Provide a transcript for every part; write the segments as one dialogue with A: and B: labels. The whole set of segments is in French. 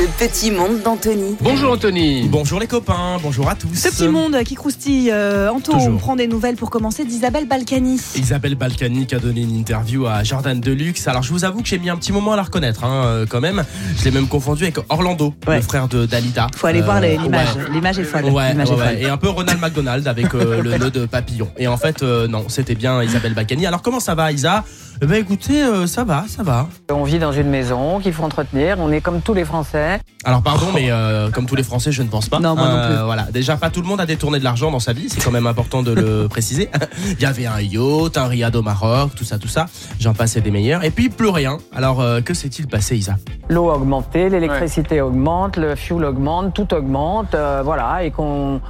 A: Le petit monde d'Anthony.
B: Bonjour Anthony.
C: Bonjour les copains, bonjour à tous.
D: Ce petit monde qui croustille. Euh, Anto,
C: Toujours.
D: on prend des nouvelles pour commencer d'Isabelle Balkany.
C: Isabelle Balkany qui a donné une interview à Jordan Deluxe. Alors je vous avoue que j'ai mis un petit moment à la reconnaître hein, euh, quand même. Je l'ai même confondu avec Orlando,
D: Ouais.
C: le frère de Dalida.
D: Faut aller
C: Euh,
D: voir les-
C: ouais.
D: l'image. L'image est folle.
C: Ouais, ouais,
D: L'image est folle.
C: ouais. et un peu Ronald McDonald avec euh, le nœud de papillon. Et en fait, euh, non, c'était bien Isabelle Balkany. Alors comment ça va, Isa Eh ben écoutez, euh, ça va, ça va.
E: On vit dans une maison qu'il faut entretenir. On est comme tous les Français.
C: Alors pardon, mais euh, comme tous les Français, je ne pense pas. Euh,
D: Non, moi non plus.
C: Voilà, déjà pas tout le monde a détourné de l'argent dans sa vie, c'est quand même important de le préciser. Il y avait un yacht, un riad au Maroc, tout ça, tout ça. J'en passais des meilleurs. Et puis plus rien. Alors euh, que s'est-il passé, Isa
E: L'eau a augmenté, l'électricité augmente, le fuel augmente, tout augmente. euh, voilà, et qu'on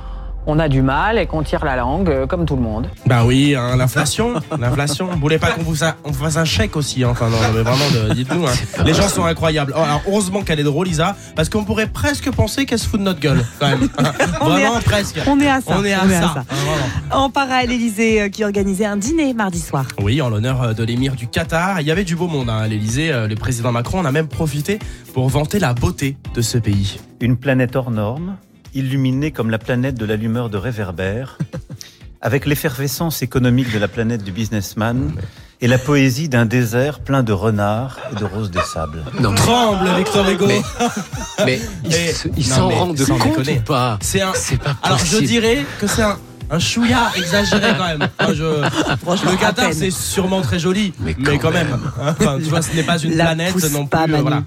E: on a du mal et qu'on tire la langue euh, comme tout le monde.
C: Bah oui, hein, l'inflation, l'inflation. Vous voulez pas qu'on vous a- on vous fasse un chèque aussi hein. Enfin non, non, mais vraiment, de- dites-nous. hein. Les gens sont incroyables. Oh, alors heureusement qu'elle est drôle, Isa, parce qu'on pourrait presque penser qu'elle se fout de notre gueule. Quand même.
D: On est
C: vraiment presque.
D: On est à ça.
C: On est à ça. Hein, vraiment.
D: En parallèle, Élysée euh, qui organisait un dîner mardi soir.
C: Oui, en l'honneur euh, de l'émir du Qatar. Il y avait du beau monde hein, à l'Elysée. Le président Macron en a même profité pour vanter la beauté de ce pays.
F: Une planète hors norme, illuminée comme la planète de l'allumeur de réverbère, avec l'effervescence économique de la planète du businessman et la poésie d'un désert plein de renards et de roses de sable.
B: Non,
C: Tremble, Victor Hugo
B: Mais- mais ils
C: Eh,
B: s- ils
C: non,
B: s'en
C: mais
B: rendent
C: sans
B: compte
C: déconner.
B: ou pas
C: C'est un.
B: C'est pas possible.
C: Alors je dirais que c'est un. Un chouïa exagéré quand même. Enfin, je-
D: Franchement,
C: Le
D: à
C: Qatar,
D: peine.
C: c'est sûrement très joli, mais
B: Mais
C: quand,
B: quand
C: même. Enfin, tu vois, ce n'est pas une
D: La
C: planète
D: pousse
C: non
D: pas,
C: plus. euh,
D: Manu.
C: voilà.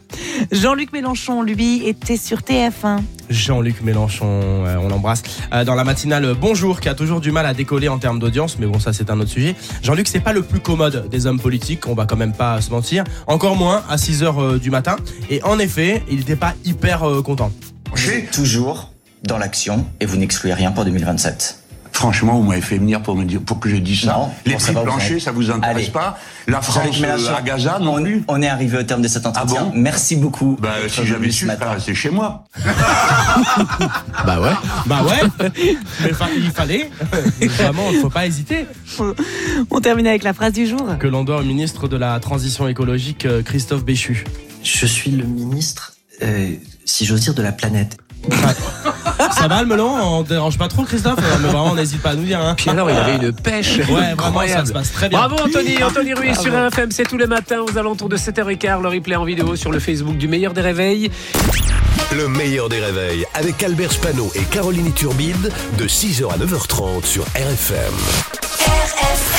D: Jean-Luc Mélenchon, lui, était sur TF1.
C: Jean-Luc Mélenchon, euh, on l'embrasse, euh, dans la matinale Bonjour, qui a toujours du mal à décoller en termes d'audience, mais bon, ça c'est un autre sujet. Jean-Luc, c'est pas le plus commode des hommes politiques, on va quand même pas se mentir, encore moins à 6 heures euh, du matin, et en effet, il n'était pas hyper euh, content.
G: Vous êtes toujours dans l'action et vous n'excluez rien pour 2027.
H: Franchement, vous m'avez fait venir pour, me dire, pour que je dise ça.
G: Non,
H: Les
G: on
H: prix
G: va vous
H: planchers,
G: arrêter.
H: ça vous intéresse
G: Allez.
H: pas La France
G: Jean-Luc
H: euh,
G: Mélenchon,
H: à Gaza non
G: on,
H: plus
G: on est arrivé au terme de cet entretien.
H: Ah bon
G: Merci beaucoup.
H: bah,
G: d'être
H: si
G: venu
H: j'avais
G: ce
H: su, je
G: matin.
H: serais resté chez moi.
B: Bah ouais.
C: Bah ouais, mais fa- il fallait, vraiment, il faut pas hésiter.
D: On termine avec la phrase du jour.
C: Que l'on doit au ministre de la Transition écologique, euh, Christophe Béchu.
I: Je suis le ministre, euh, si j'ose dire, de la planète.
C: Ça va le melon On dérange pas trop, Christophe Euh, Mais vraiment, n'hésite pas à nous dire. Hein.
B: Puis alors, il avait une pêche
C: Ouais, vraiment, ça
B: incroyable.
C: se passe très bien. Ah,
J: Bravo Anthony, Anthony Ruiz sur RFM, c'est tous les matins aux alentours de 7h15, le replay en vidéo sur le Facebook du meilleur des réveils.
K: Le meilleur des réveils avec Albert Spano et Caroline Turbide de 6h à 9h30 sur RFM.
A: RFM